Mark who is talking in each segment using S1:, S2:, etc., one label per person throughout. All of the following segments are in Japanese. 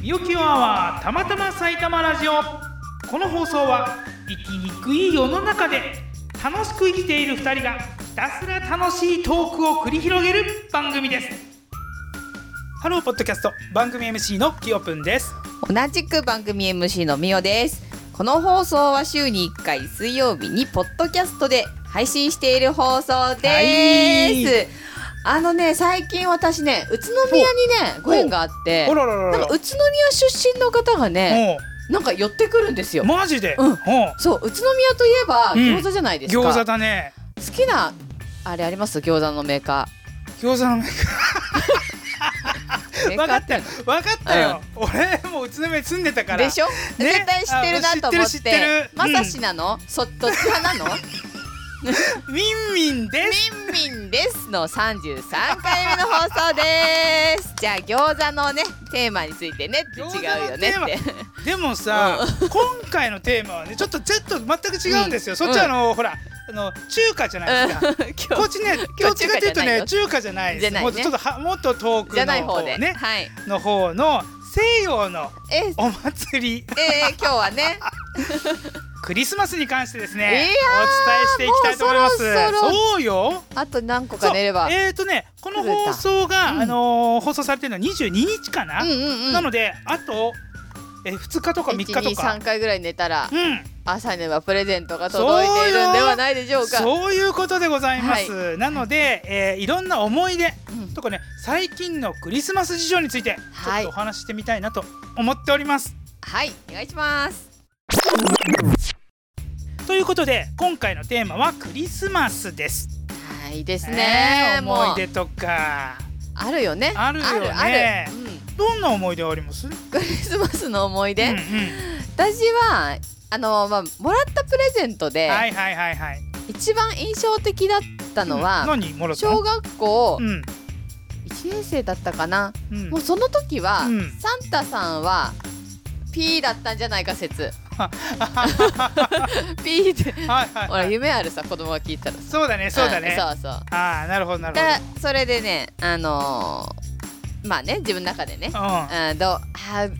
S1: ぴよきよアワーたまたま埼玉ラジオこの放送は生きにくい世の中で楽しく生きている2人がひたすら楽しいトークを繰り広げる番組ですハローポッドキャスト番組 MC のきよぷんです
S2: 同じく番組 MC のみおですこの放送は週に1回水曜日にポッドキャストで配信している放送です、
S1: はい
S2: あのね最近私ね宇都宮にねご縁があって
S1: おららら
S2: な
S1: ら
S2: んか宇都宮出身の方がね
S1: も
S2: なんか寄ってくるんですよ
S1: うマジで、
S2: うん
S1: も
S2: そう宇都宮といえば
S1: うん
S2: 餃子じゃないうですか、
S1: 餃子だね
S2: 好きなあれあります餃子のメーカ
S1: 餃子の
S2: ーメーカ
S1: 分
S2: ー
S1: かったよ分かったよ、俺もう宇都宮に住んでたから
S2: でしょ、絶対知ってるなと思
S1: あ
S2: っ
S1: 知
S2: て
S1: ってる知ってる
S2: まさしなの、そっと派なの
S1: ミンミンです
S2: みんみんですの三十三回目の放送です。じゃあ餃子のねテーマについてねって違うよ
S1: 餃
S2: ね
S1: 子の
S2: っ
S1: テ
S2: て。
S1: でもさ、今回のテーマはねちょっとちょっと全く違うんですよ、そっちはあの、ほらあの中華じゃないですか、
S2: う ん
S1: こ
S2: 今
S1: っち ねど
S2: 今
S1: っ
S2: 日
S1: ちかというとね中華じゃないです
S2: じゃないね
S1: もうちょっとはもっと遠
S2: 日
S1: く
S2: じゃない
S1: の
S2: 方
S1: 方
S2: で、
S1: ね
S2: はい。
S1: の方の西洋の
S2: ええー
S1: お祭り
S2: 今日はね
S1: クリスマスに関してですねお
S2: いや
S1: 伝えしていきたいと思います
S2: もうそろそろ
S1: そうよ
S2: あと何個
S1: そ
S2: か
S1: う
S2: 寝れば。
S1: えっ、とねこの放送が、
S2: うん
S1: あのー放送されてるのは22日かな、
S2: うんうんうん。
S1: なのであとえー2日とか3日
S2: 一
S1: と
S2: 二
S1: か
S2: 三回ぐらい寝たら
S1: うん
S2: 朝にはプレゼントが届いているんではないでしょうか。
S1: そういうことでございます、なので、えーいろんな思い出
S2: うん
S1: とかね最近のクリスマス事情についてちょっ
S2: はい
S1: とお話ししてみたいなと思っております、
S2: はいお願いします。
S1: ということで今回のテーマはクリスマスです
S2: はいですね。
S1: えー
S2: もう
S1: 思い出とか
S2: あるよね。
S1: あるよね
S2: あるあるうん
S1: どんな思い出あります
S2: クリスマスの思い出。
S1: うんうん
S2: 私はあの、まあ、もらったプレゼントで、
S1: はいはいはいはい
S2: 一番印象的だったのは、
S1: 何もらった
S2: 小
S1: の
S2: 学校
S1: うん
S2: 1年生だったかな、
S1: うん
S2: もうその時は、
S1: うん
S2: サンタさんは P だったんじゃない か説 P って
S1: はいはい
S2: ほら
S1: はい
S2: 夢あるさ子供が聞いたら
S1: そうだねそうだね
S2: んそうそう
S1: ああなるほどなる
S2: だそれでねあのーまあね自分の中でね
S1: ほどうんは
S2: うんどうあーく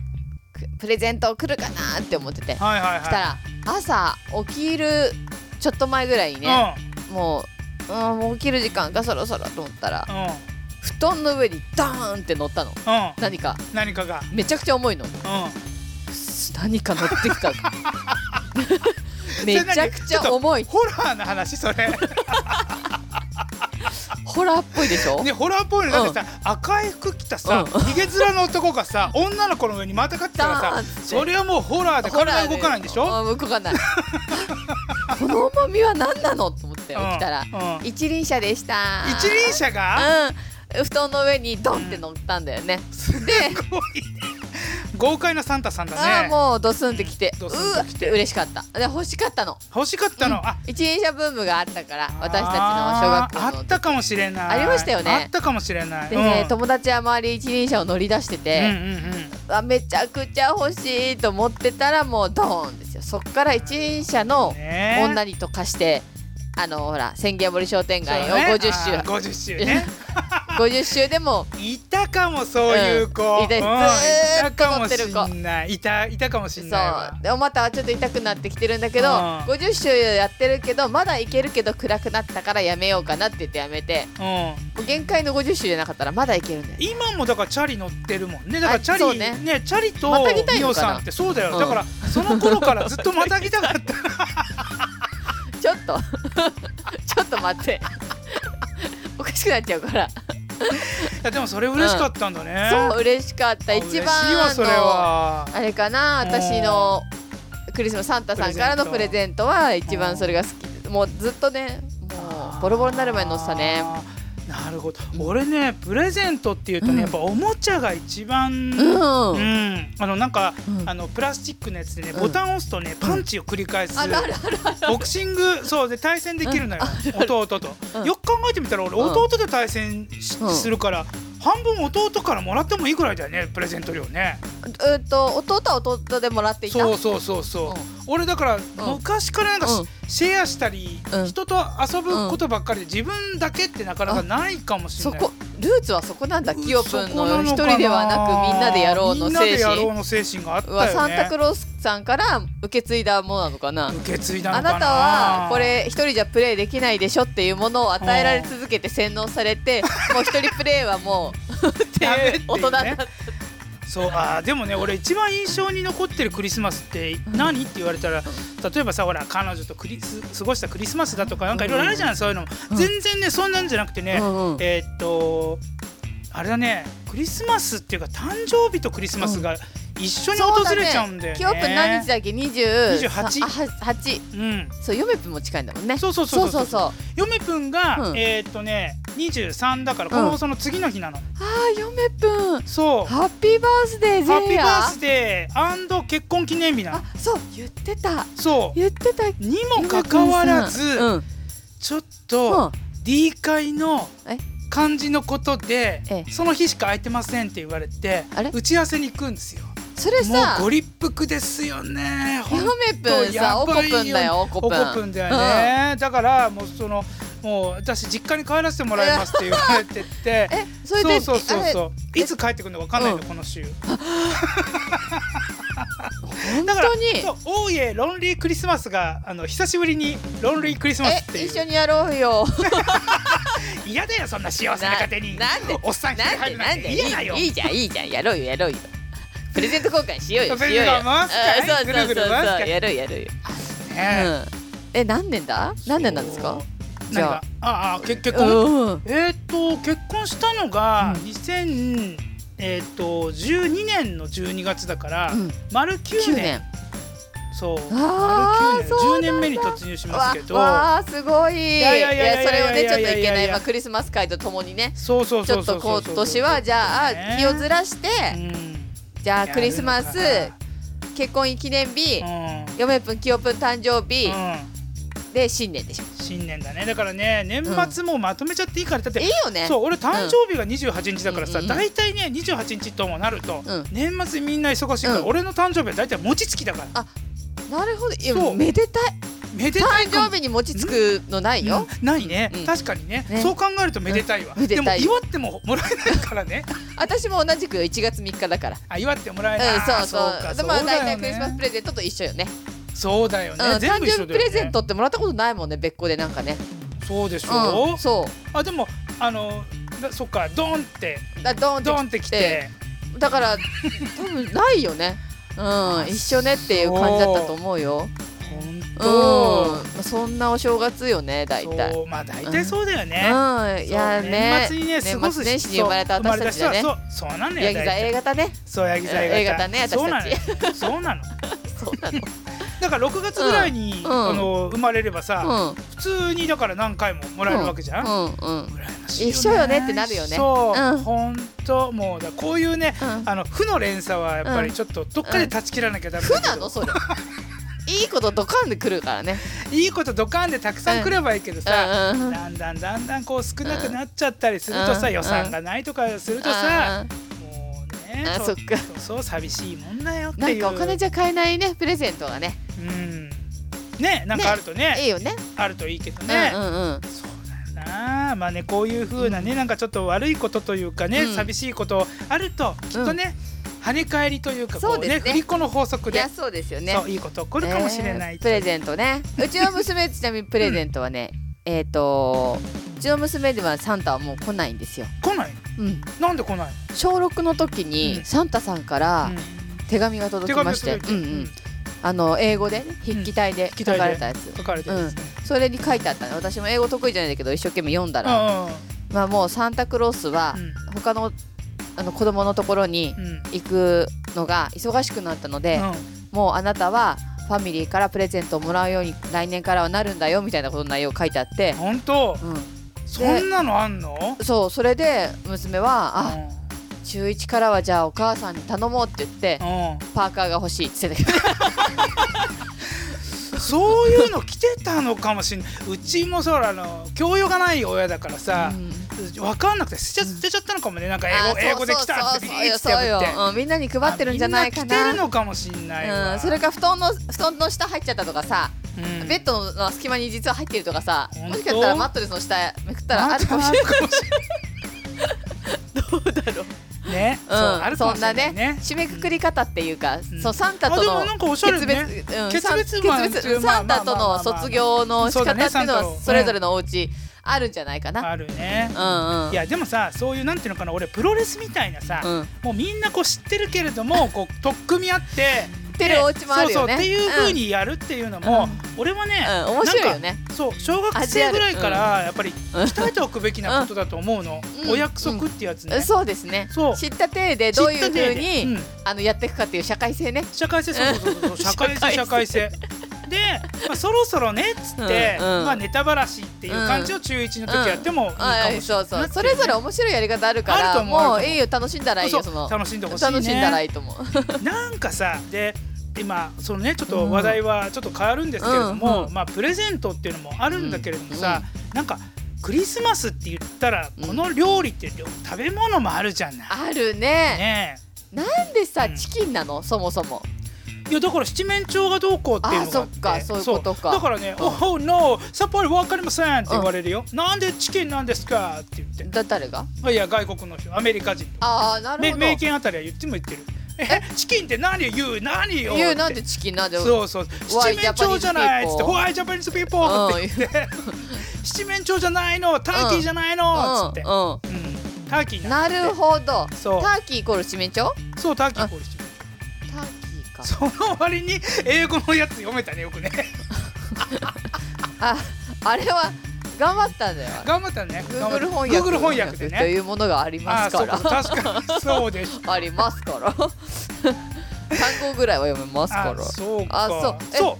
S2: プレゼント来るかなって思ってて
S1: いはいはい
S2: したら朝起きるちょっと前ぐらいにね、もううんもう起きる時間がそろそろと思ったら
S1: うんうん
S2: 布団の上にダーンって乗ったの
S1: うん
S2: 何か
S1: 何かが
S2: めちゃくちゃ重いの
S1: うん
S2: 何か乗っ て きためちゃくちゃ重い
S1: ホラーの話 それ
S2: ホラーっぽいでしょ、
S1: ねホラーっぽいのだってさ、赤い服着たさ、
S2: うん
S1: 逃げ面の男がさ女の子の上にまたかってたら
S2: ダーン
S1: さ
S2: って
S1: それはもうホラーで
S2: ホラ
S1: 体
S2: ー
S1: 動かないんでしょ
S2: うん 動かないこの重みは何なのと思って起きたら、
S1: うんうん
S2: 一輪車でした
S1: 一輪車が
S2: うん布団の上にドンって乗ったんだ よね、
S1: すごい豪快なサンタさんだ
S2: ああ
S1: ね
S2: もうドスンってきて、
S1: うド
S2: うんわ
S1: スン
S2: ーって嬉しかったで欲しかったの
S1: 欲しかったの、あ
S2: 一輪車ブームがあったから私たちの小
S1: あー
S2: 学校の
S1: あったかもしれない
S2: ありましたよね
S1: あったかもしれない
S2: でね、
S1: うん
S2: 友達は周り一輪車を乗り出して
S1: うん
S2: て、あめちゃくちゃ欲しいと思ってたらもうドーンですよそっから一輪
S1: うん
S2: 車
S1: うん
S2: の
S1: ね
S2: 女にと化して、あのほら千軒森商店街を50周、
S1: 五十周ね
S2: 50周でも
S1: いたかもそういう子、
S2: うんいた
S1: うんい
S2: ずー
S1: た
S2: っと
S1: か
S2: 乗
S1: も
S2: ってる子
S1: しんないいたいたかもし
S2: そ
S1: んないわ
S2: うでお股はちょっと痛くなってきてるんだけど、
S1: うん
S2: 50周やってるけどまだいけるけど暗くなったからやめようかなって言ってやめて
S1: うん、
S2: 限界の50周じゃなかったらまだいけるんだよ
S1: 今もだからチャリ乗ってるもんねだから
S2: あ
S1: チャ
S2: そう
S1: リね
S2: ね
S1: チャリと
S2: またぎたい
S1: ミ
S2: の
S1: オ
S2: かな
S1: さんってそうだよ、
S2: うん
S1: だからその頃からずっとまたぎたか った
S2: ちょっと ちょっと待って おかしくなっちゃうから
S1: いやでもそれ嬉しかったんだね、
S2: そう嬉しかった一
S1: 嬉しいわ
S2: 番
S1: それは
S2: あのあれかな私のクリスマスサンタさんからのプ
S1: プレ
S2: レ
S1: ゼ
S2: ゼントは一番それが好きもうずっとねもうボロボロになる前に乗ってたね
S1: あーなるほど俺ねプレゼントっていうとね、
S2: うん
S1: やっぱおもちゃが一番
S2: うん、
S1: う
S2: あ
S1: んあのなんか、
S2: うん
S1: あのプラスチックのやつでね
S2: うん
S1: ボタンを押すとね、パンチを繰り返す
S2: るあるある
S1: ボクシングそうで対戦できるのよ、弟と、
S2: うん
S1: よく考えてみたら俺、
S2: うん
S1: 弟と対戦し
S2: うん
S1: するから半分弟からもらってもいいぐらいだよねプレゼント料ね
S2: うーんと弟は弟でもらっていた
S1: そうそうそうそう、
S2: うん
S1: 俺だから、昔からなんかし、
S2: うん
S1: シェアしたり、
S2: うん
S1: 人と遊ぶことばっかりで自分だけってなかなかないかもしれ
S2: そ
S1: ない、
S2: こルーツはそこなんだキヨプン
S1: そこなか
S2: の一
S1: な
S2: 人ではなくみんなでやろうの
S1: みんな
S2: 精
S1: でやろう
S2: 神
S1: の精神があったよ
S2: は
S1: ね
S2: サンタクロースさんから受け継いだものなのかな
S1: 受け継いだの
S2: あ
S1: かな
S2: なたはこれ一人じゃプレイできないでしょっていうものを与えられ続けて洗脳されてもう一人プレイはもうって
S1: ダメっ
S2: い
S1: ていう
S2: う
S1: ね
S2: 大人になった
S1: そうあーでもね俺一番印象に残ってるクリスマスって何って言われたら例えばさほら彼女とクリス過ごしたクリスマスだとかなんかいろいろあるじゃんそういうのも
S2: うん
S1: 全然ねそんなんじゃなくてね
S2: うんうん
S1: えーっとあれだねクリスマスっていうか誕生日とクリスマスが一緒に訪れちゃうんだよね。
S2: キヨプン何日だっけ28
S1: 28
S2: あは八
S1: うん、
S2: そうヨメプンも近いんだもんね
S1: そうそう
S2: そ
S1: そううそう
S2: そ
S1: う
S2: そう
S1: 嫁くんが、
S2: うん
S1: えーっとね23だからこの放送の次の日なの。
S2: あーヨメプン
S1: そう
S2: ハッピーバースデーゼ
S1: ハッピ
S2: イ
S1: ー
S2: ヤ
S1: バースデー結婚記念日なの
S2: あ。そう言ってた
S1: そう
S2: 言ってた
S1: にもかかわらず、
S2: うんうん
S1: ちょっと D 会の
S2: え
S1: 感じのことで
S2: ええ
S1: その日しか空いてませんって言われて
S2: あれ
S1: 打ち合わせに行くんですよ
S2: それ
S1: も
S2: さ
S1: うご立腹ですよね
S2: ヨ
S1: ほん
S2: メプンさ
S1: ほ
S2: お
S1: んと
S2: こ
S1: やばいよ
S2: ぷんだよおこ
S1: お
S2: ぷ
S1: こぷ
S2: ん
S1: んだよね、だからもうそのもう私実家に帰らせてもらいますって言われてて
S2: えそれ
S1: そう
S2: で
S1: そうそう
S2: あれ
S1: そういつ帰ってくるのか分かんないの、
S2: う
S1: この週
S2: 本
S1: だから
S2: 当に
S1: そうオーイエロンリークリスマスがあの久しぶりにロンリークリスマスって
S2: え
S1: いう
S2: 一緒にやろうよ
S1: 嫌だよそんな幸せな家庭に
S2: ななんで
S1: おっさん一人
S2: なん
S1: 入
S2: で
S1: るな
S2: なんん
S1: て
S2: で
S1: 嫌だよ
S2: いいいいじゃんいいじゃんやろうよやろうよプレゼント交換しようよ
S1: プレ
S2: し
S1: ゼ
S2: よ
S1: ント
S2: うよ
S1: は回すかい
S2: うんそうそう
S1: ぐ
S2: そ
S1: る
S2: う
S1: ぐる
S2: そう
S1: 回すかい
S2: やろうやろうよ
S1: ね
S2: うんえ何年だ何年なんですか
S1: そう
S2: じゃあ
S1: なんかああ結結
S2: う
S1: 婚
S2: んうん
S1: えーっと結婚したのが
S2: うん
S1: 2000えーっと12年の12月だから丸9
S2: 9
S1: 年
S2: 年
S1: そう
S2: あ
S1: 丸9年
S2: ーそう
S1: 10年目に突入します
S2: わ
S1: けど
S2: わーすごいい
S1: やいやいやいや
S2: やそれをねちょっとい
S1: いや
S2: け
S1: いや
S2: ないい
S1: や
S2: まあクリスマス会とともにね
S1: そうそう
S2: ち
S1: そ
S2: ょ
S1: う
S2: っ
S1: そう
S2: と
S1: そ
S2: 今
S1: うそう
S2: 年はじゃあ
S1: ね
S2: 気をずらして
S1: うん
S2: じゃあクリスマス
S1: やる
S2: 結婚記念日
S1: のかな
S2: 嫁ぷん清ぷん誕生日
S1: うんうん
S2: で新年でしょ
S1: 新年だねだからね年末もまとめちゃっていいからだって
S2: いいよね
S1: そう俺誕生日が28日だからさ、
S2: うんうんうん
S1: 大体ね28日ともなると、
S2: うん
S1: 年末みんな忙しいから、
S2: うん
S1: 俺の誕生日は大体餅つきだから
S2: なるほどいや
S1: そう
S2: めでたい
S1: めで
S2: 誕
S1: たいかも
S2: 生日に餅つくのないよ
S1: うんないね、
S2: うん
S1: 確かにね
S2: ね
S1: そう考えるとめでたいわ、
S2: うんめで
S1: でも
S2: たい
S1: 祝ってももらえないから ね
S2: 私も同じくよ1月3日だから
S1: あ祝ってもら
S2: う
S1: えない、
S2: ん
S1: あ
S2: そ
S1: ー
S2: うそう
S1: か
S2: で
S1: そう
S2: まあ大
S1: だよ
S2: 体クリスマス
S1: ね
S2: プレゼントと一緒よね
S1: そうだよね、
S2: うん
S1: 全
S2: 誕
S1: 部一緒だよ
S2: 生日
S1: ね
S2: プレゼントってもらったことないもんね別個でなんかね
S1: そうでしょ、う
S2: うんそ
S1: あでもあのだそっかドーンって
S2: うだドーンって
S1: ドーンってきて、
S2: だから多分ないよねうん一緒ねっていう感じだったと思うよ
S1: ほん
S2: うん
S1: と、
S2: そんなお正月よね大体
S1: そうまあ大体そうだよね、
S2: うんいや
S1: そう
S2: ね
S1: 年末にね過ごす
S2: 年末年始に生まれた私たちだ
S1: そう生まれた
S2: ね
S1: 人はそうそうなんだよ
S2: ヤギ座
S1: 大体
S2: A 型ね
S1: そうヤギ座
S2: A 型ね
S1: そうな
S2: 私
S1: の
S2: たち
S1: そうなの
S2: そうなの
S1: だから6月ぐらいに、
S2: うんうん
S1: あの生まれればさ、
S2: うん
S1: 普通にだから何回ももらえるわけじゃん、
S2: うんうん
S1: 羨ましいね
S2: 一緒よねってなるよね
S1: そう、
S2: うん
S1: ほんともうだこういうね
S2: うん
S1: あの負の連鎖はやっぱりちょっとどっかで断ち切らなきゃダメ
S2: 負
S1: だけ
S2: な
S1: ど、
S2: のそれいいことドカンでくるからね
S1: いいことドカンでたくさん来ればいいけどさ、
S2: うんうんうん
S1: だんだんだんだんこう少なくなっちゃったりするとさ、
S2: うん
S1: 予算がないとかするとさ、もうね
S2: あ
S1: ちょ
S2: そっか
S1: そうそう寂しいもんだよって
S2: ないん
S1: う
S2: かお金じゃ買えないねプレゼントがね
S1: うんねなんかあるとね
S2: いいよね
S1: あるといいけどね、
S2: うんうんうん
S1: そうだよなまあねこういう風なね、なんかちょっと悪いことというかね、
S2: うん
S1: 寂しいことあるときっとね、跳ね返りというかこ
S2: そう
S1: う
S2: で
S1: ね
S2: すね
S1: 振り子の法則
S2: い
S1: で
S2: やそうですよね
S1: そういいこと起こるかもしれない、
S2: ねプレゼントねうちの娘ちなみにプレゼントはね、えっ、とうちの娘ではサンタはもう来ないんですよ、
S1: 来ない
S2: うん、
S1: なんで来ない、
S2: 小6の時に
S1: うん
S2: サンタさんから手紙が届きまして、
S1: 手
S2: うんう
S1: 紙
S2: ん、あの英語でね筆記体で
S1: 記体
S2: 書
S1: で
S2: かれたやつ、
S1: 書かれてるんですね、
S2: それに書いてあったの私も英語得意じゃないんだけど一生懸命読んだ
S1: う
S2: ら、
S1: んうん
S2: まあもうサンタクロースは他のあの子供のところに
S1: うんうん
S2: 行くのが忙しくなったので、もうあなたはファミリーからプレゼントをもらうように来年からはなるんだよみたいなことの内容書いてあって、
S1: 本当
S2: う
S1: そんなのあんの
S2: ん、そうそれで娘は「あ中1からはじゃあお母さんに頼もう」って言って
S1: うん
S2: パーカーが欲しいって言ってたけど
S1: うんそういうの着てたのかもしれないうちもそらあの教養がない親だからさ、
S2: うん
S1: わかんなくて捨てちゃ捨てちゃったのかもねなんか英
S2: あ
S1: 語英語で来た
S2: そ
S1: ってビ
S2: うそう
S1: ーッて
S2: そうよそうよ
S1: 破って
S2: うんみんなに配ってるんじゃないか
S1: あみんな着
S2: な
S1: てるのかもしんないわ、
S2: うん、それか布団の布団の下入っちゃったとかさ、
S1: うん
S2: ベッドの隙間に実は入ってるとかさ
S1: 本当
S2: もしかしたらマットレスの下めくったらあるかもし
S1: あ
S2: れない
S1: るかもしれない
S3: だろう
S1: ね、そうあ
S2: う
S1: る
S2: ん、
S1: か
S2: そ
S1: も
S2: ん
S1: しれ
S2: な
S1: ない
S2: ね
S1: ね。
S2: 締めくくり方っていうか、
S1: ん
S2: そうサンタと
S1: あでも
S2: の
S1: なんかおしゃれね
S2: うん
S1: 決別
S2: サ
S1: まあ
S2: ン決別
S1: まあ
S2: サンタと
S1: まあまあま
S2: の
S1: あまあ
S2: 卒業の仕
S1: そう
S2: 方
S1: だ
S2: ってい
S1: ね
S2: うの
S1: サンタ
S2: は
S1: を
S2: それぞれのお家あるんじゃないかな。
S1: あるね。
S2: うんうん。
S1: いやでもさそういうなんていうのかな俺プロレスみたいなさ、
S2: うん
S1: もうみんなこう知ってるけれどもこう取っ組み合って
S2: てるお家もあるよね
S1: そうそうっていう風にやるっていうのも、俺はね、
S2: うん、面白いよ
S1: なんか
S2: ね。
S1: そう小学
S2: 味あ
S1: 生
S2: る
S1: ぐらいからやっぱり
S2: うん
S1: 鍛えておくべきなことだと思うの、
S2: うん
S1: お約束ってやつね、
S2: そうですね
S1: そう
S2: 知った体でどういうふう
S1: 知った上
S2: に、
S1: でうん
S2: あのやっていくかっていう社会性ね。
S1: 社会性そうそうそうそう社 会性
S2: 社
S1: 社
S2: 会
S1: 会性で、まあ、そろそろねっつって、
S2: うんうん
S1: まあ、ネタばらしっていう感じを中1の時やってもいいかもしれ
S2: あ
S1: ない、
S2: そうそうそれぞれ面白いやり方あるから
S1: あると思う
S2: も
S1: あ
S2: う
S1: ると思う
S2: いいよ楽しんだらいいよ
S1: そ
S2: そうの
S1: 楽しんでほしいね
S2: 楽しんだらい いと思う。
S1: なんかさで今そのねちょっと話題はちょっと変わるんですけれど
S2: うん
S1: も、
S2: うん
S1: まあ、プレゼントっていうのもあるんだけれどもさ、なんかクリスマスって言ったら
S2: うん
S1: この料理って料食べ物もあるじゃない。
S2: あるね。
S1: ね
S2: なんでさ
S1: うん
S2: チキンなのそもそも。
S1: えいやだから七面鳥がどうこうっていうのがあって
S2: あそっかそういうことか
S1: そうだからね「
S2: うん
S1: おお NO さっぱりわかりません」って言われるよ「なんでチキンなんですか?」って言って
S2: だ誰が？
S1: あいや外国の人アメリカ人と
S2: ああなる
S1: メ
S2: ほど。
S1: メイケンあたりは言っても言ってる「えチキンって何言う何よ」
S2: 言
S1: っ
S2: う
S1: て
S2: なんでチキンなんで。
S1: そうそう七
S2: Why
S1: 面鳥じゃない
S2: Japanese
S1: っつっ
S2: people？
S1: て「ホワイジャパニーズピーポー」って言って「七面鳥じゃないのターキーじゃないの」っつって、
S2: う
S1: うん、ターキー
S2: ん。
S1: な
S2: なん
S1: だって
S2: るほど。
S1: そう
S2: ターキーイコール七面鳥？タ
S1: そうターキーイコール七面
S2: ーキーか。
S1: 鳥その割に英語のやつ読めたねよく ね
S2: ああれは頑張ったんだよ。
S1: 頑張ったね
S2: Google 翻訳
S1: Google 翻訳で
S2: と
S1: ね
S2: いうものがありま
S1: あ
S2: す
S1: そ
S2: か。
S1: うから確かにそうでし
S2: ありますから。単語ぐらいは読めますか
S1: あ
S2: ら。
S1: そうか
S2: あそうえ
S1: そ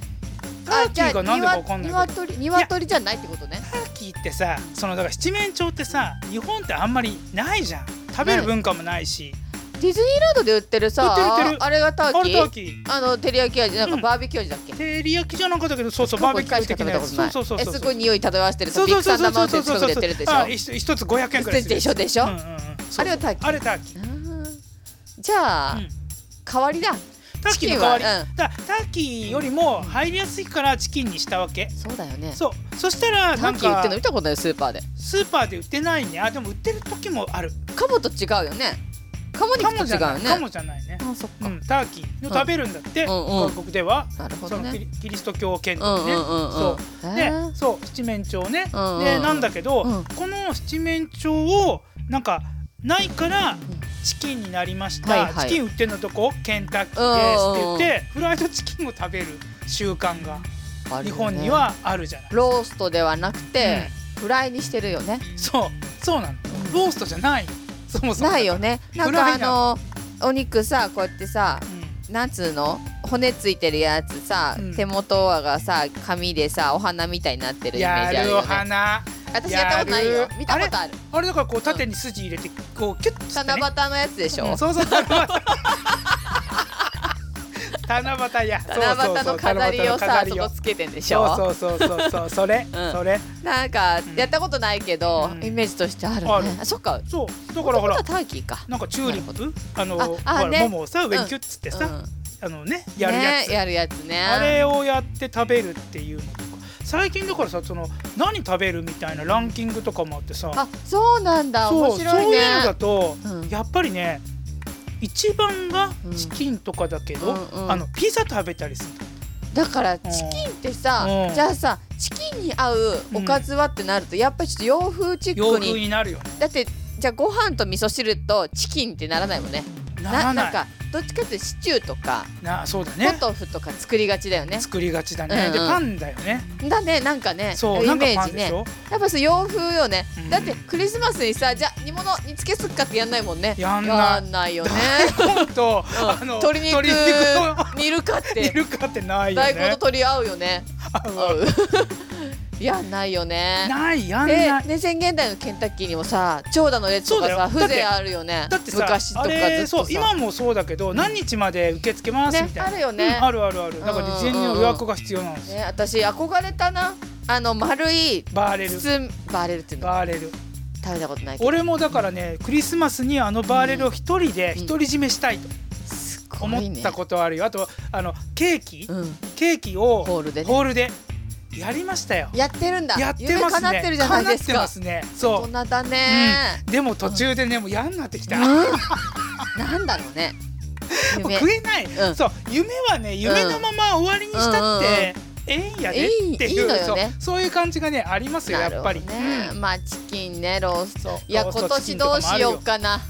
S1: うターキーがなんでかわかんないけど
S2: 鶏鶏じゃないってことね。
S1: ターキーってさそのだから七面鳥ってさ日本ってあんまりないじゃん食べる文化もないし
S2: ディズニーランドで売ってるさ、
S1: 売ってる売ってる
S2: あれがタ
S1: あ
S2: ー
S1: れ
S2: キ
S1: タ
S2: ー。
S1: ーキー
S2: あの照り焼き味なんか
S1: うん
S2: バーベキュー味だっけ。
S1: 照り焼きじゃなかったけどそうそうバーベキュー的なやつそうそうそう
S2: え
S1: そう
S2: すごい匂い漂わしてる
S1: そ
S2: さ、
S1: う
S2: ビ
S1: そ
S2: ッグ
S1: うそ
S2: サ
S1: う
S2: ンダ
S1: そう
S2: ーマ
S1: そうそうそうそ
S2: ウンテン近く
S1: う
S2: で売ってるでしょ。
S1: あ一一つ五百円くらい
S2: でしょでしょ。
S1: うんうんう
S2: あ
S1: んそうそう
S2: あれはターキー
S1: あれターキー
S2: ーじゃあ、
S1: うん
S2: 代わりだ。
S1: ターキーの代わ
S2: は
S1: り
S2: うん
S1: だターキーよりも入りやすいからチキンにしたわけ
S2: そうだよね。
S1: そうそしたら
S2: タ
S1: な
S2: ー
S1: ん
S2: キー売ってるの
S1: か
S2: 見たことないスーパーで。
S1: スーパーで売ってないねあでも売ってる時もある
S2: カモと違うよね。カモ
S1: か
S2: 肉と
S1: もじ
S2: 違
S1: ゃな
S2: うよ
S1: い
S2: ね。
S1: かもじゃないね
S2: あそっか。
S1: うんターキーを食べるんだって
S2: うんうん
S1: 韓国では
S2: なるほ
S1: そ
S2: ど
S1: のキ
S2: ね。
S1: リキリスト教圏
S2: うんう
S1: 内
S2: ん
S1: ね
S2: うんうん。
S1: そう
S2: へ
S1: で
S2: ー
S1: そう七面鳥ね、
S2: うんうん
S1: でなんだけど、
S2: うん
S1: この七面鳥をなんかないからチキンになりました、
S2: はいはい
S1: チキン売ってんのとこケンタッキーですって言って、フライドチキンを食べる習慣が
S2: ある
S1: 日
S2: よね
S1: 本にはあるじゃない、
S2: ローストではなくて、フライにしてるよね。
S1: そうそうなのローストじゃないよそもそも
S2: ないよね。なん
S1: フラ
S2: かあ
S1: イなの
S2: のお肉さこうやってさなんつうの骨ついてるやつさ、
S1: うん
S2: 手元がさ紙でさお花みたいになって
S1: う
S2: る
S1: ん、
S2: イメー
S1: や
S2: ジある
S1: るお
S2: よね。
S1: 花
S2: 私やったことない
S1: や
S2: よ
S1: る。
S2: 見たことある。
S1: あれだからこう縦に筋入れてこうキュッとして、ね、
S2: 七夕のやつでしょ。
S1: うんそうそう七夕七夕やそう
S2: 七
S1: そう
S2: 夕
S1: そ
S2: の
S1: う
S2: 飾りをさ
S1: 七夕の飾り
S2: そ
S1: を
S2: こつけてんでしょ。
S1: そうそうそうそうそうそれ、
S2: うん
S1: それ
S2: なんか
S1: ん
S2: やったことないけど、
S1: うん
S2: イメージとしてあるね。
S1: ある
S2: あそっか。
S1: そうだからほ
S2: こ
S1: ら
S2: とはターキーか。
S1: なんかチューリップあの
S2: あ
S1: ほ
S2: あ
S1: ら
S2: ね
S1: 桃をさ上にキュッつってさ、
S2: うん
S1: あのねやるやつ、
S2: ねやるやつね。
S1: あれをやって食べるっていうのとか最近だからさその何食べるみたいなランキングとかもあってさ
S2: あそうなんだ。
S1: そ
S2: 面
S1: う
S2: 白い
S1: そう
S2: ね。
S1: いうのだと、
S2: うん
S1: やっぱりね一番がチキンとかだけど、
S2: うんうん
S1: あのピザ食べたりする
S2: だからチキンってさ、
S1: うん
S2: じゃあさチキンに合うおかずはってなると、やっぱりちょっと洋風チッ
S1: 洋
S2: ク
S1: 風
S2: に
S1: になるよね
S2: だってじゃあご飯と味噌汁とチキンってならないもんね
S1: ならない
S2: んかどっちかっていうとシチューとか、
S1: なそうだ
S2: ポ
S1: ね
S2: トフとか作りがちだよね
S1: 作りがちだね、
S2: うんうん
S1: でパンだよね
S2: だねなんかね
S1: そう
S2: イ
S1: なんか
S2: メ
S1: パ
S2: ー
S1: ン
S2: ジ
S1: で
S2: ね
S1: しょ
S2: やっぱそう洋風よね、
S1: うん
S2: だってクリスマスにさじゃあ煮物煮付けすっかってやんないもんね
S1: やんない
S2: よね、
S1: コント、
S2: うん
S1: あの
S2: 鶏肉
S1: 鶏肉を
S2: 煮るかっ
S1: い
S2: て
S1: るかってないよ
S2: 大根
S1: ね。
S2: と鶏合うよね合う やんないよね
S1: ないやん
S2: で
S1: ない。
S2: ね、現代のケンタッキーにもさ長蛇の列とか
S1: そうだ
S2: さ
S1: よ
S2: 風情あるよね
S1: だってさ、
S2: 昔とか
S1: あ
S2: ずっ
S1: れ
S2: とさ
S1: そう今もそうだけど、何日まで受け付けますみたいな。
S2: ねあるよね
S1: うんあるあるある。だから事前に予約が必要なんですよ。
S2: ね、私憧れたなあの丸い
S1: バーレル、
S2: 包むバーレルっていうの
S1: バーレル。
S2: 食べたことないけど
S1: 俺もだからね、クリスマスにあのバーレルを一人で
S2: うん
S1: 独り占めしたいと
S2: すご
S1: 思
S2: い
S1: っ
S2: ね
S1: たことあるよ。あとあのケーキ、
S2: うん
S1: ケーキを
S2: ホールでね
S1: ホールでやりましたよ
S2: やってるんだ
S1: やってます
S2: 夢叶
S1: ね
S2: ってるじゃないで
S1: 叶っ
S2: す
S1: て
S2: か
S1: ますね
S2: 大
S1: そ
S2: 人だ
S1: う、
S2: ね
S1: うん、でも途中でねもう嫌になってきた、も
S2: うんなんだろ うね
S1: う
S2: 夢
S1: 食えない、
S2: うん
S1: そう夢はね夢のまま終わりにしたって、ええんやでっていう
S2: いいいいのよね
S1: そうそういう感じがねありますよやっぱり、
S2: なるほどね
S1: う
S2: まあチキンねロース
S1: んそう
S2: いや
S1: ロース
S2: 今
S1: トチキ
S2: 年
S1: ンとか
S2: どう
S1: もあ
S2: し
S1: るよ
S2: ようかな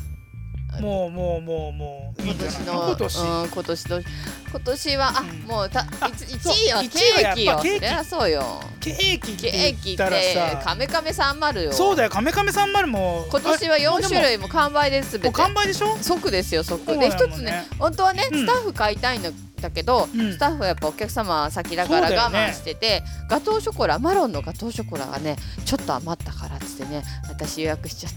S1: もうもうもうもういいん
S2: 今
S1: じゃ
S2: 年
S1: ない今年、
S2: のうん今年どうし今年はあ、
S1: うん
S2: もうた
S1: あ
S2: 一
S1: そう
S2: 一位はケ
S1: 一位はや
S2: ー
S1: っ
S2: キ
S1: ぱ
S2: よ
S1: ケーキ
S2: そりゃそうよ
S1: ケーキっ
S2: ケ
S1: て
S2: ーキ
S1: 言
S2: っ
S1: ってたらさ
S2: カメカメさん丸よ
S1: そうだよカメカメさんまるも
S2: 今年は
S1: あ
S2: 四
S1: れ
S2: 種類も完売です
S1: も
S2: べ
S1: う
S2: て
S1: 完売でしょ
S2: 即ですよ即
S1: そうだ
S2: で
S1: よ
S2: 一つね
S1: ね
S2: 本当はね、
S1: うん
S2: スタッフ買いたいんだけど、
S1: うん
S2: スタッフはやっぱお客様先だから
S1: そうだよ
S2: 我
S1: ね
S2: 慢してて、ガトーショコラマロンのガトーショコラがねちょっと余ったからっつってね私予約しちゃっ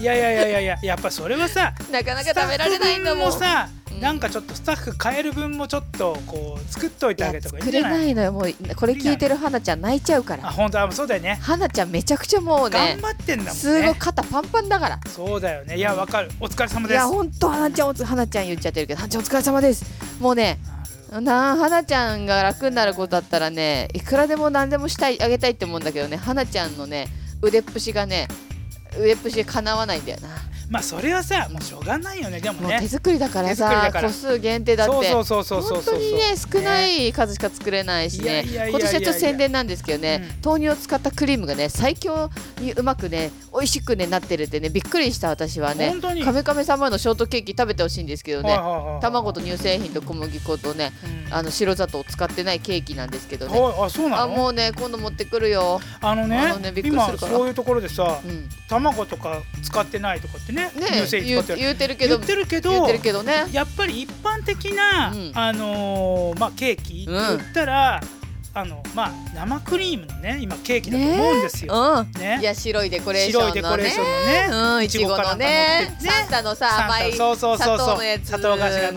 S1: いやいやいやいやい ややっぱそれはさ
S2: たなかなか
S1: スタ
S2: 食べられないん
S1: ッ
S2: だ
S1: フ分
S2: もん
S1: もさ、
S2: うん
S1: なんかちょっとスタッフ変える分もちょっとこう作っとい
S2: い
S1: てあ
S2: や
S1: げた方がいいん
S2: 作
S1: じゃ
S2: れ
S1: ない
S2: ないのよもうこれ聞いてる花ちゃん泣いちゃうか
S1: あ
S2: ら
S1: 本当あそうだよね
S2: 花ちゃんめちゃくちゃもうね
S1: 頑張ってんだもんね
S2: すごい肩パンパンだから
S1: そうだよねいやわかるお疲れ様
S2: い
S1: です
S2: やほんと花ちゃんおつ花ちゃん言っちゃってるけど花ちゃんお疲れ様ですもうねなあ花ちゃんが楽になることだったらねいくらでも何でもしたいあげたいって思うんだけどね花ちゃんのね腕っぷしがね腕っぷしでかなわないんだよな、
S1: まあそれはさもうしょうがないよねでも
S2: もう手
S1: ね
S2: 作りだから
S1: 手作
S2: さ
S1: りだから
S2: 個数限定だって
S1: そうそうそうそうそう
S2: 本
S1: そう
S2: 当にね少ない数しか作れないし
S1: いや
S2: ね
S1: いやいやいや
S2: 今年はちょっと宣伝なんですけどね、
S1: うん
S2: 豆乳を使ったクリームがね最強にうまくね美味しくねなってるってねびっくりした私はね
S1: 本当に
S2: カメカメ様のショートケーキ食べてほしいんですけど
S1: はい
S2: ね
S1: はいはい
S2: 卵と乳製品と小麦粉とね
S1: うん
S2: あの白砂糖を使ってないケーキなんですけどね
S1: はいあそうな
S2: あ
S1: の
S2: もうね今度持ってくるよ、
S1: あのね
S2: あのねびっくりす
S1: 今
S2: るから
S1: そういうところでさ
S2: うん、ね
S1: 卵とか使ってないとかってね乳製品
S2: 言
S1: 使って
S2: う
S1: る
S2: 言うてるけ
S1: 言
S2: ど
S1: ってるけ
S2: 言
S1: ど
S2: ってるけどね
S1: やっぱり一般的な、
S2: うん
S1: あのーまあ、ケーキって言ったら、あのまあ、生クリームのね今ケーキだと思うんですよ。
S2: う
S1: ね
S2: んいや白いデコレーシ
S1: 白い
S2: ョ
S1: デ
S2: ンの
S1: コレー
S2: ね
S1: ションのね。
S2: うん、い
S1: い
S2: ち
S1: ち
S2: ご
S1: ご
S2: の
S1: かなんか乗って
S2: ね
S1: ね
S2: サンタのさ
S1: サンタ
S2: 甘い
S1: そうそうそうそ
S2: 砂
S1: う
S2: 糖のやつ
S1: 砂糖菓子が乗ってて、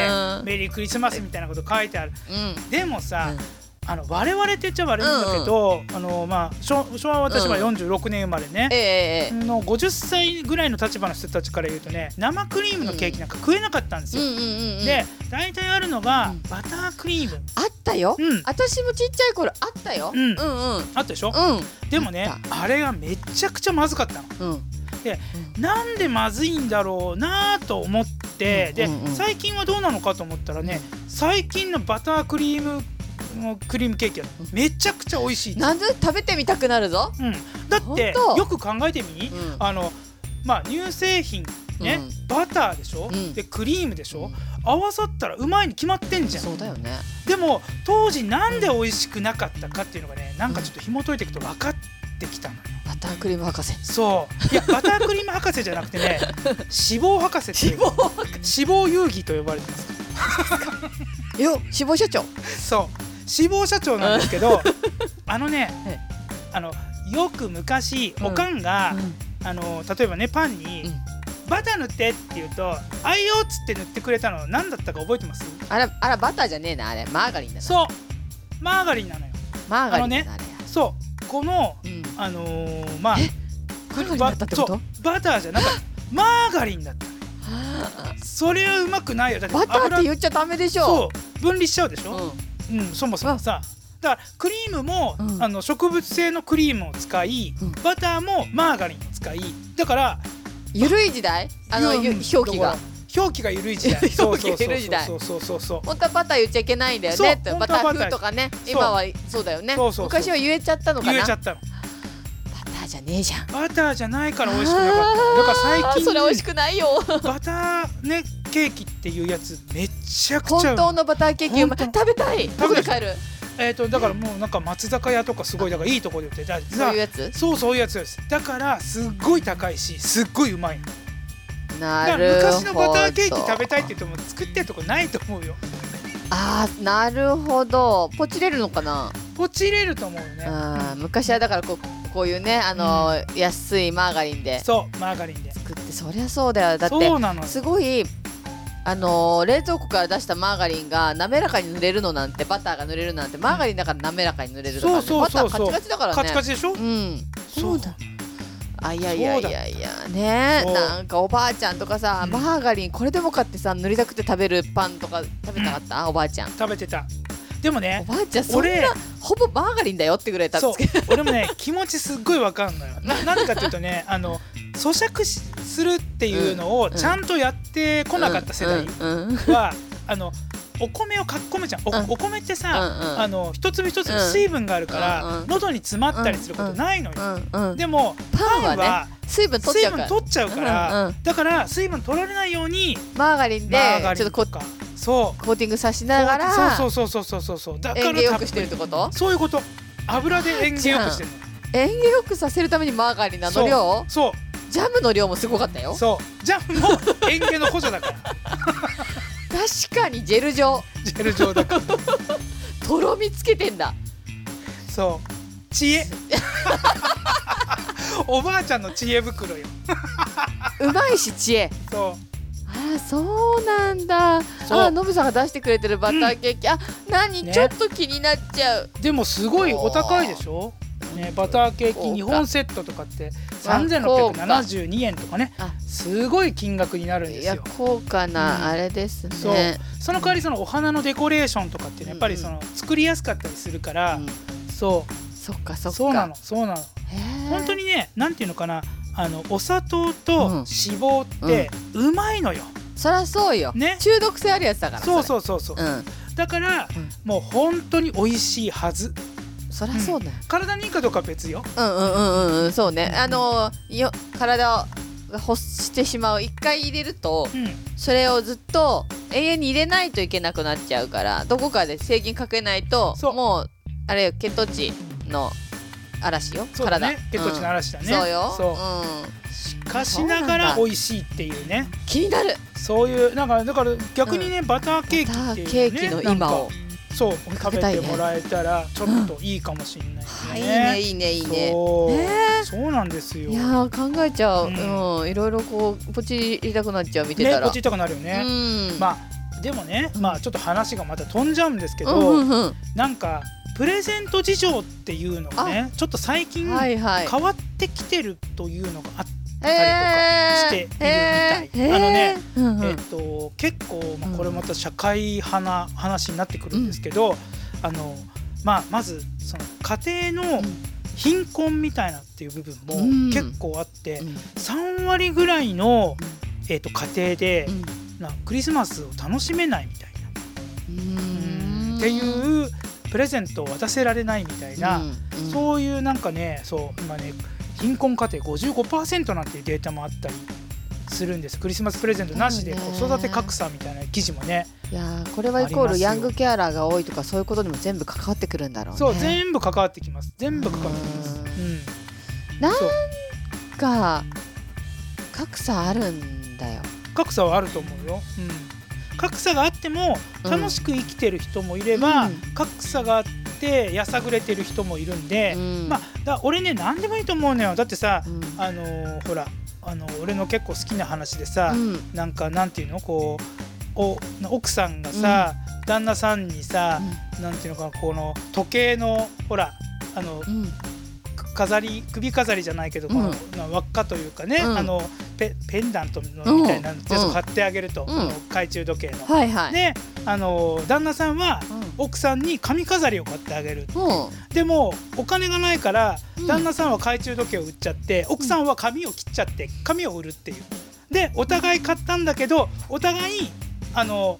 S2: ねうん
S1: メリークリスマスみたいなこと書いてある
S2: うん
S1: でもさ、
S2: うん
S1: あの我々って言っちゃ悪いんだけど、あのまあ、昭昭和私は
S2: う
S1: 46年生まれ
S2: え
S1: ね、
S2: えええ
S1: の50歳ぐらいの立場の人たちから言うとね生クリームのケーキなんか食えなかったんです
S2: うん
S1: よ。
S2: うんうんうん
S1: で大体あるのが、
S2: うん
S1: バタークリーム
S2: あったよ、
S1: うん
S2: 私もちっちゃい頃あったよ、
S1: うん
S2: うんうんうん
S1: あったでしょ、でもね
S2: あっ
S1: あれがめちゃくちゃまずかったの。
S2: うん
S1: なんでまずいんだろうなと思って、
S2: うん
S1: で、
S2: うんうん
S1: 最近はどうなのかと思ったらね最近のバタークリームのクリームケーキはめちゃくちゃ美味しいって、
S2: なんで食べてみたくなるぞ、
S1: うん、だって
S2: ほんと
S1: よく考えてみ、
S2: うん
S1: あのまあ乳製品ね、
S2: うん
S1: バターでしょ、
S2: うん
S1: でクリームでしょ、
S2: うん
S1: 合わさったらうまいに決まってんじゃん
S2: そうだよね
S1: でも当時なんで美味しくなかったかっていうのがねなんかちょっと紐解いていくと分かってきたのよ。
S2: バタークリーム博士
S1: そうい やバタークリーム博士じゃなくてね脂肪博士っていう
S2: 脂肪
S1: 脂肪遊戯と呼ばれてます
S2: よ脂肪社長
S1: そう脂肪社長なんですけ どあのね
S2: ええ
S1: あのよく昔
S2: うん
S1: おかんが、
S2: うん
S1: あの例えばねパンに、
S2: うん
S1: バター塗って」って言うと「あいよ」っつって塗ってくれたの何だったか覚えてます
S2: あらあらバターじゃねえなあれマーガリンだな
S1: そうマーガリンなのよ
S2: マーガリンだ
S1: あ
S2: なあれ
S1: そうこの
S2: うん
S1: あのーまあ
S2: マーガリンだったってこ
S1: そ
S2: と
S1: うバターじゃなかっ たマーガリンだったそれはうまくないよだって
S2: バターって
S1: 油
S2: 言っちゃダメでしょ
S1: そう分離しちゃうでしょ、
S2: ん
S1: うん、そもそもさだからクリームも、
S2: うん
S1: あの植物性のクリームを使い、
S2: うん
S1: バターもマーガリンを使いだから
S2: ゆるい時代あのゆ
S1: うん
S2: 表記が
S1: だから表記が緩い時代
S2: 表記が緩い時代
S1: そうそうそうそうそうそう
S2: 本当はバター言っちゃいけないんだよ
S1: そう
S2: ねって
S1: 本
S2: バ
S1: 当は
S2: ター
S1: バター
S2: 風とかね
S1: そう
S2: 今はそうだよね
S1: そうそうそう
S2: 昔は言えちゃったのか
S1: 言え
S2: な
S1: ちゃ
S2: バ
S1: ったの
S2: ターじゃねえじゃん
S1: バターじゃないから美味しくなかっただから
S2: あ
S1: 最
S2: ー
S1: 近
S2: それ美味しくないよ
S1: バターねケーキっていうやつめちゃくちゃうま
S2: 本当
S1: い
S2: のバターケーキうまい
S1: 本
S2: 食べたいどこで買える
S1: えっ、とだからもうなんか松坂屋とかすごいだからいいとこで売ってだ
S2: そういうやつ
S1: そうそういうやつですだからすっごい高いしすっごいうまいの
S2: な
S1: だか
S2: る
S1: ら
S2: ほど
S1: 昔のバターケーキ食べたいって言っても作ってるとこないと思うよ
S2: あーなるほどポチれるのかな
S1: ポチれると思うよね
S2: あー昔はだからこうこういうねあのー安いマーガリンで
S1: そうマーガリンで
S2: 作ってそりゃそうだよだっ
S1: そ
S2: て
S1: うなのよ
S2: すごいあのー冷蔵庫から出したマーガリンが滑らかに塗れるのなんてバターが塗れるなんてマーガリンだから滑らかに塗れるとか、ね
S1: そうそうそう
S2: バターカチカチだからね
S1: カチカチでしょ
S2: うん
S1: そうだ
S2: あいやいやいやいやね
S1: そう
S2: なんかおばあちゃんとかさ、
S1: うん
S2: マーガリンこれでもかってさ塗りたくて食べるパンとか食べたかった、おばあちゃん
S1: 食べてたでも
S2: お
S1: ね
S2: ばあちゃんそん
S1: 俺
S2: なほぼマーガリンだよってぐらい多
S1: そう
S2: 分つけ
S1: 俺もね気持ちすっごいわかんのよななんでかっていうとねあの咀嚼しするっていうのを
S2: ん
S1: ちゃんとやってこなかった世代
S2: うんうん
S1: は、あのお米をかっこむじゃんお,、
S2: うん
S1: お米ってさ、
S2: うんうん
S1: あの一粒一粒水分があるから、
S2: うんうん
S1: 喉に詰まったりすることないのよ、
S2: うんうん
S1: でも
S2: パン
S1: パ
S2: は
S1: ン
S2: ね
S1: は
S2: 水分取っち
S1: 水
S2: ゃうか
S1: 分
S2: ら
S1: 取っちゃうから、
S2: うんうん
S1: だから水分取られないように
S2: マーガリンで
S1: マーガリ
S2: ちょ
S1: ン
S2: っと
S1: と
S2: コ
S1: かそう
S2: コーティングさしながら
S1: そうそうそうそうそうそうだから
S2: 園芸よ
S1: た
S2: くしてるってこと
S1: そういうこと油で園芸よくしてる
S2: 園芸よくさせるためにマーガリンなの量
S1: のそう
S2: ジャムの量もすごかったよ
S1: そうジャムも園芸の補助だから
S2: 確かにジェル状
S1: ジェル状だから
S2: とろみつけてんだ
S1: そう知 恵おばあちゃんの知恵袋よ
S2: うまいし知恵
S1: そ
S2: あらそうなんだ
S1: そう
S2: あノブさんが出してくれてるバターケーキ、あ何、
S1: ね
S2: ちょっと気になっちゃう
S1: うでもすごいお高いでしょね、バターケーキ2本セットとかって3672円とかね
S2: あ
S1: すごい金額になるんで
S2: い
S1: す
S2: や
S1: よ
S2: 高価な、
S1: うん
S2: あれです
S1: そう
S2: ね
S1: その代わりそのお花のデコレーションとかってねやっぱりその作りやすかったりするから、
S2: うん
S1: そ
S2: そっか
S1: う
S2: そっか
S1: そうなのそうなの本当
S2: に
S1: にねなんていうのかなあのお砂糖と
S2: うん
S1: 脂肪ってうまいのよ、
S2: そりゃそうよ、
S1: ね
S2: 中毒性あるやつだから
S1: そう
S2: う
S1: そうそうそう、
S2: うん
S1: だから、
S2: うん
S1: もう本当に美味しいはず
S2: そりゃそうだよ、
S1: 体にいいかどうかは別よ
S2: うんうんうんうんうんそうねあのよ体を欲してしまう一回入れると
S1: うん
S2: それをずっと永遠に入れないといけなくなっちゃうからどこかで制限かけないと
S1: そう
S2: もうあれよ血糖値の嵐よ
S1: そうだね
S2: 体
S1: 血糖値の嵐だね、
S2: うんそうよ
S1: そう
S2: うん、し
S1: しかしながら美味しいっていうね
S2: 気になる
S1: そういうなんかだから逆にね、バターケーキ
S2: バタ
S1: って
S2: ー
S1: い
S2: ケ
S1: う、ね、
S2: ーキの
S1: なん
S2: 今
S1: か
S2: を、
S1: そう
S2: 追いか
S1: 食
S2: け
S1: べ
S2: たいね
S1: てもらえたらちょっといいかもしれない
S2: はいいい
S1: ね
S2: ねいいねいいね
S1: そう、
S2: ね
S1: そうなんですよ
S2: いやー考えちゃう、
S1: う
S2: うんんいろいろこうポチりたくなっちゃう見て
S1: ね
S2: た
S1: こ
S2: ら、
S1: っち行ったくなるよね、
S2: うん
S1: まあでもね、まあちょっと話がまた飛んじゃうんですけど、
S2: うんうんうん
S1: なんかプレゼント事情っていうのがねちょっと最近
S2: はい
S1: 変
S2: はい
S1: わってきてるというのがあっ
S2: え
S1: たりとかしているみたい、あのね、
S2: えーうんうん
S1: えっと結構、まあ
S2: うん
S1: これまた社会派な話になってくるんですけど、あのまあ、まずその家庭の
S2: うん
S1: 貧困みたいなっていう部分も
S2: うん
S1: 結構あって、
S2: うん
S1: 3割ぐらいの、えっと家庭で
S2: う、ん
S1: なクリスマスを楽しめないみたいな。う
S2: う
S1: ん
S2: ん
S1: っていうプレゼントを渡せられないみたいな、
S2: うんうん
S1: そういうなんかねそう今ね貧困家庭55%なんていうデータもあったりするんですクリスマスプレゼントなしで
S2: そうね
S1: 子育て格差みたいな記事もね
S2: いやーこれはイコ
S1: あり
S2: ー
S1: ま
S2: ル
S1: すよ
S2: ヤングケアラーが多いとかそういうことにも全部関わってくるんだろうね。
S1: そう全部関わってきます全部関わってきます
S2: うん
S1: うん
S2: なん
S1: そう
S2: か格差あるんだよ。
S1: 格差はあると思うよ、うん、格差があっても
S2: うん
S1: 楽しく生きてる人もいれば、
S2: うん
S1: 格差があってやさぐれてる人もいるんで、
S2: うん
S1: まあだ俺ね何でもいいと思うのよだってさ、
S2: うん
S1: あのーほらあの俺の結構好きな話でさ、
S2: うん
S1: なんかなんていうのこうお奥さんがさ、旦那さんにさ、なんていうのかなこの時計のほらあの
S2: うん
S1: く飾り首飾りじゃないけど、
S2: うん
S1: このな輪っかというかね、
S2: うん
S1: あのペペンダントの
S2: うん
S1: みたいなやつを買ってあげると、
S2: ん
S1: この懐中時計の。
S2: はいはい。
S1: であの旦那さんは
S2: うん
S1: 奥さんに髪飾りを買ってあげる
S2: も
S1: でもお金がないから
S2: うん
S1: 旦那さんは懐中時計を売っちゃって奥さんは髪を切っちゃって髪を売るっていうでお互い買ったんだけどお互いあの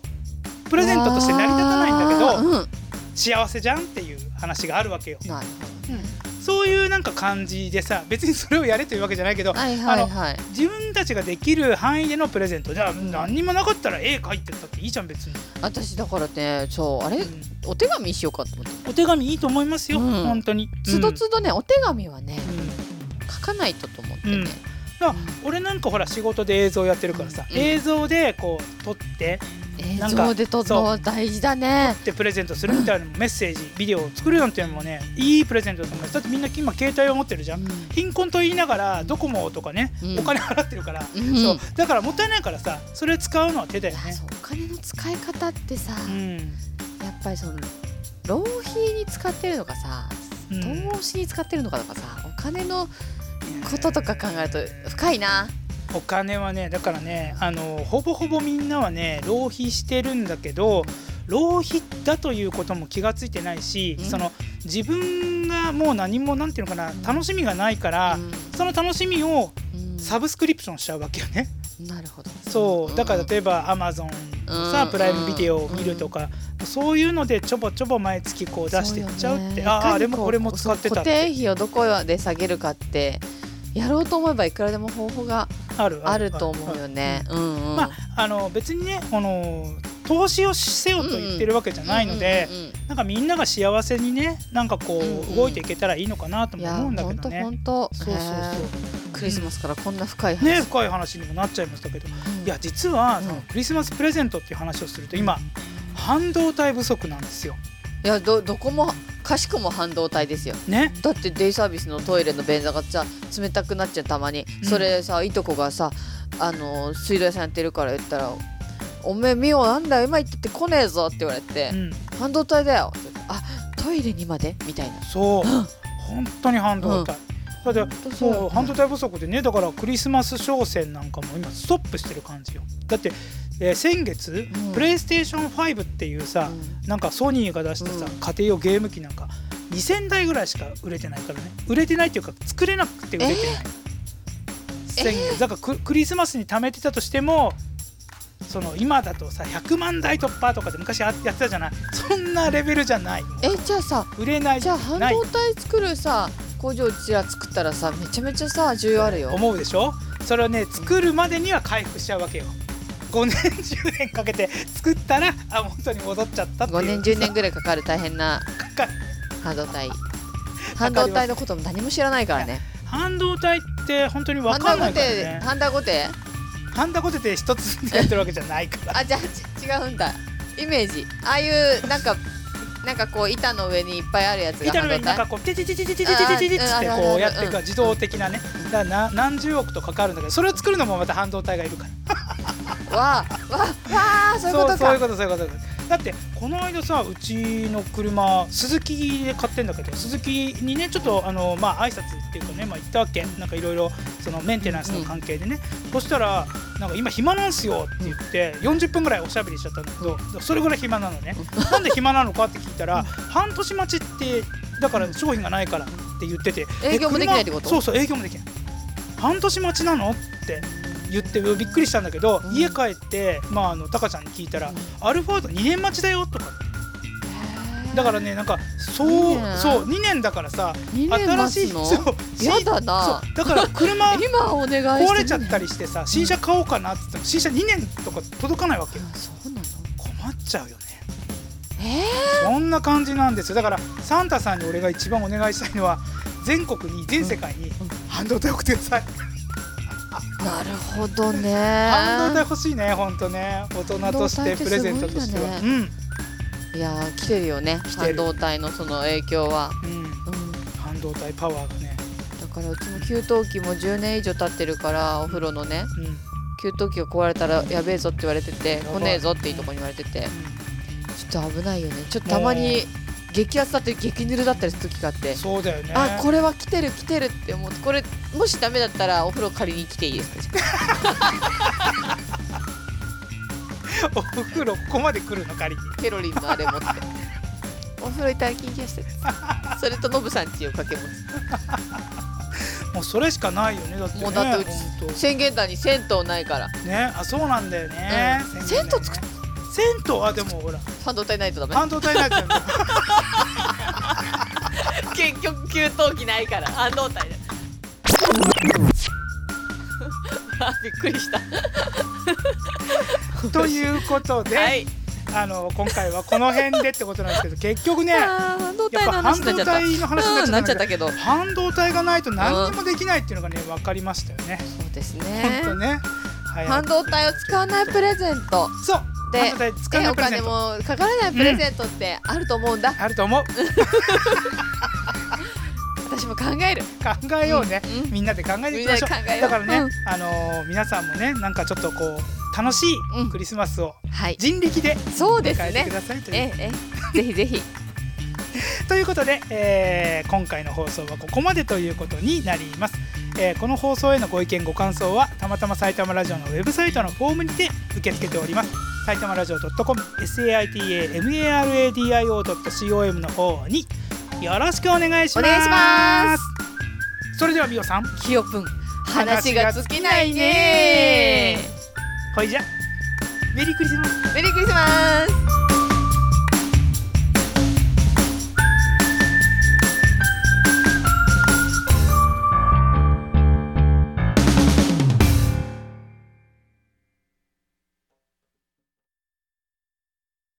S1: プ
S2: プ
S1: レゼントとして成り立たないんだけど
S2: ど。
S1: 幸せじゃんっていう話があるわけよ
S2: うんなるほ
S1: そういうなんか感じでさ別にそれをやれというわけじゃないけど
S2: ど。はいはいはい。
S1: 自分たちができる範囲でのプレゼントじゃあ何にもなかったら絵描いてったっていいじゃん別に、
S2: 私だからねそうあれ
S1: うん
S2: お手紙しようかと思って。
S1: お手紙いいと思いますよ、
S2: うん
S1: 本当に
S2: つど
S1: うん
S2: つどねお手紙はね
S1: うん
S2: 書かないとと思ってね。
S1: だ俺なんかほら仕事で映像やってるからさ、
S2: うん
S1: 映像でこう撮って
S2: 映
S1: なんか
S2: 像で撮るのは大事だね。
S1: でプレゼントするみたいなメッセージビデオを作るなんていうのもねいいプレゼントだと思いますだってみんな今携帯を持ってるじゃん、
S2: うん
S1: 貧困と言いながらドコモとかね、
S2: うん
S1: お金払ってるから、
S2: うん
S1: そうだからもったいないからさそれ使うのは手だよね
S2: そうお金の使い方ってさ、
S1: うん
S2: やっぱりその浪費に使ってるのかさ
S1: うん
S2: 投資に使ってるのかとかさお金のこととか考えると深いな。
S1: お金はねだからねあのほぼほぼみんなはね浪費してるんだけど浪費だということも気がついてないし、
S2: うん
S1: その自分がもう何もなんていうのかな
S2: うん
S1: 楽しみがないから、その楽しみを
S2: うん
S1: サブスクリプションしちゃうわけよね。
S2: うんなるほど
S1: そうだから例えば Amazon のさ
S2: うん
S1: プライムビデオを見るとかそういうのでちょぼちょぼ毎月こう出していっちゃうってあああれもこれも使ってたっ
S2: 固定
S1: て
S2: 費をどこで下げるかってやろうと思えばいくらでも方法が
S1: ある
S2: あると思う よね。うんうん
S1: まあの別にねこの投資をせよと言ってるわけじゃないので、
S2: うんうん
S1: なんかみんなが幸せにねなんかこ
S2: うんう
S1: うん動いていけたらいいのかなと
S2: うんい
S1: も
S2: や
S1: 思うんだけ
S2: 本
S1: ど
S2: 当
S1: ね。
S2: 本当
S1: そうそうそう
S2: クリスマスからこんな深い話、
S1: ね深い話にもなっちゃいましたけど、
S2: うん
S1: いや実は、
S2: うん
S1: そのクリスマスプレゼントっていう話をすると今半導体不足なんですよ。
S2: いやどどこもかしくも半導体ですよ
S1: ね。
S2: だってデイサービスのトイレの便座がさ冷たくなっちゃうたまに
S1: うん
S2: それさ、いとこがさあの水道屋さんやってるから言ったら「おめえみおなんだよ今行って来ねえぞ」って言われて
S1: うん、
S2: 「半導体だよ」って言ってあトイレにまでみたいな。
S1: そう本当に半導体。だって
S2: ほんとそう
S1: もう半導体不足でねだからクリスマス商戦なんかも今ストップしてる感じよ。だって、えー先月、
S2: うん
S1: プレイステーション5っていうさ、
S2: うん
S1: なんかソニーが出したさ、
S2: うん
S1: 家庭用ゲーム機なんか2000台ぐらいしか売れてないからね売れてないっていうか作れなくて売れてない、先月だからククリスマスに貯めてたとしてもその今だとさ100万台突破とかで昔やってたじゃないそんなレベルじゃないもう
S2: えじゃあさ
S1: 売れない
S2: じゃあ半
S1: ない
S2: 導体作るさ工場うちら作ったらさめちゃめちゃさ需要あるよ。
S1: 思うでしょそれをね作るまでには回復しちゃうわけよ5年10年かけて作ったらあ元に戻っちゃったっていう
S2: 5年10年ぐらいかかる大変な
S1: か
S2: 半導 体半導体のことも何も知らないからね
S1: 半導体って本当に
S2: 半
S1: 分かん
S2: 導
S1: ない
S2: 体
S1: から
S2: て
S1: ね
S2: 半導体
S1: ハンダゴテテ一つでやってるわけじゃないから。
S2: あじゃあち違うんだイメージああいうなんかなんかこう板の上にいっぱいあるやつが
S1: 板の上に
S2: 半導
S1: なんか
S2: 体
S1: こうテテテテテテテテテテつってこうやっていく自動的なねだからな何十億とかかるんだけどそれを作るのもまた半導体がいるから
S2: わあわあわあそういうこと
S1: そういう
S2: か
S1: ことそういうことだってこの間さうちの車スズキで買ってんだけどスズキにねちょっとあのまあ挨拶っていうかねまあ行ったわけなんかいろいろそのメンテナンスの関係でねそしたらなんか今暇なんすよって言って40分ぐらいおしゃべりしちゃったんだけどそれぐらい暇なの ねなんで暇なのかって聞いたら半年待ちってだから商品がないからって言ってて
S2: 営業
S1: え車
S2: もできないってこと
S1: そうそう営業もできない半年待ちなのって言ってびっくりしたんだけど、
S2: うん
S1: 家帰ってまああのタカちゃんに聞いたら、
S2: うん
S1: アルファード2年待ちだよとかだからねなんかそう
S2: 二年
S1: そう2年だからさ
S2: 2年待つの
S1: そう
S2: や
S1: 新
S2: だな
S1: そうだから 車
S2: 今お願いして
S1: 壊れちゃったりしてさ新車買おうかなって言っても新車2年とか届かないわけよ
S2: あそうなの
S1: 困っちゃうよね
S2: え
S1: そんな感じなんですよだからサンタさんに俺が一番お願いしたいのは全国に全世界に
S2: んうん
S1: 半導体送ってください、
S2: ー、なるほどね
S1: 半導体欲しいね本当ね大人としてプレゼントとしては
S2: 半導体ってす
S1: う
S2: ご
S1: ん
S2: いやー来てるよね
S1: て
S2: 半
S1: る
S2: 導体のその影響は、
S1: うん
S2: うん、
S1: 半導体パワーがね、
S2: だからうちも給湯器も10年以上経ってるからお風呂のね
S1: うんうん
S2: 給湯器が壊れたらやべえぞって言われてて
S1: ばい
S2: 来ねえぞっていいとこに言われててちょっと危ないよねちょっとたまに激熱だったり激ぬるだったりする時があって
S1: そうだよね
S2: あこれは来てる来てるって思ってこれもしダメだったらお風呂借りに来ていいですか
S1: お風呂ここまで来るの仮に
S2: ケロリンのあれ 持ってお風呂いただきに来ましたそれとノブさんちを掛け持つ
S1: もうそれしかないよねだってね
S2: もうだってうち
S1: ほんと
S2: 宣言台に銭湯ないから
S1: ねあそうなんだよね、
S2: うん
S1: 銭湯だよね
S2: 銭湯作
S1: 銭湯あでも ほら
S2: 半導体ないとダメ
S1: 半導体になっちゃうんだよ
S2: 結局給湯器ないから半導体で。あびっくりした。
S1: ということで、
S2: はい。
S1: あの今回はこの辺でってことなんですけど結局ね
S2: あー半導体の話になっちゃっ
S1: や
S2: た。
S1: っぱ半導体の話に
S2: う
S1: な
S2: んな
S1: っ
S2: っ
S1: ちゃっ
S2: ちゃったたけど。そ
S1: 半導体がないと何にもできないっていうのがね分かりましたよね
S2: うです
S1: 本
S2: ね。
S1: 当ねはい
S2: 半導体を使わないプレゼント
S1: そう
S2: で
S1: 半導体使わな
S2: で
S1: い
S2: お
S1: プレゼン
S2: 金
S1: ト
S2: もかからないプレゼントってあると思うんだ。
S1: あると思う
S2: 私も考える。
S1: 考えようね、
S2: うんうん
S1: みんなで考えていきましょう
S2: みんなで考えよ
S1: だ
S2: う
S1: からね、
S2: うん
S1: あのー皆さんもねなんかちょっとこう楽し
S2: う
S1: い
S2: ん
S1: クリスマスを
S2: はい。
S1: 人力で
S2: そうです
S1: 迎えて
S2: ね
S1: く。ださいという,、
S2: えええぜひぜひ。
S1: ということで、えー今回の放送はここまでということになります、えーこの放送へのご意見ご感想はたまたま埼玉ラジオのウェブサイトのフォームにて受け付けております埼玉ラジオ .com saitamaradio.com の方によろしくお願いします
S2: お願いします
S1: それでは美桜さん
S2: ひよぷん話が尽きないね
S1: これじゃメリークリスマス
S2: メリークリスマス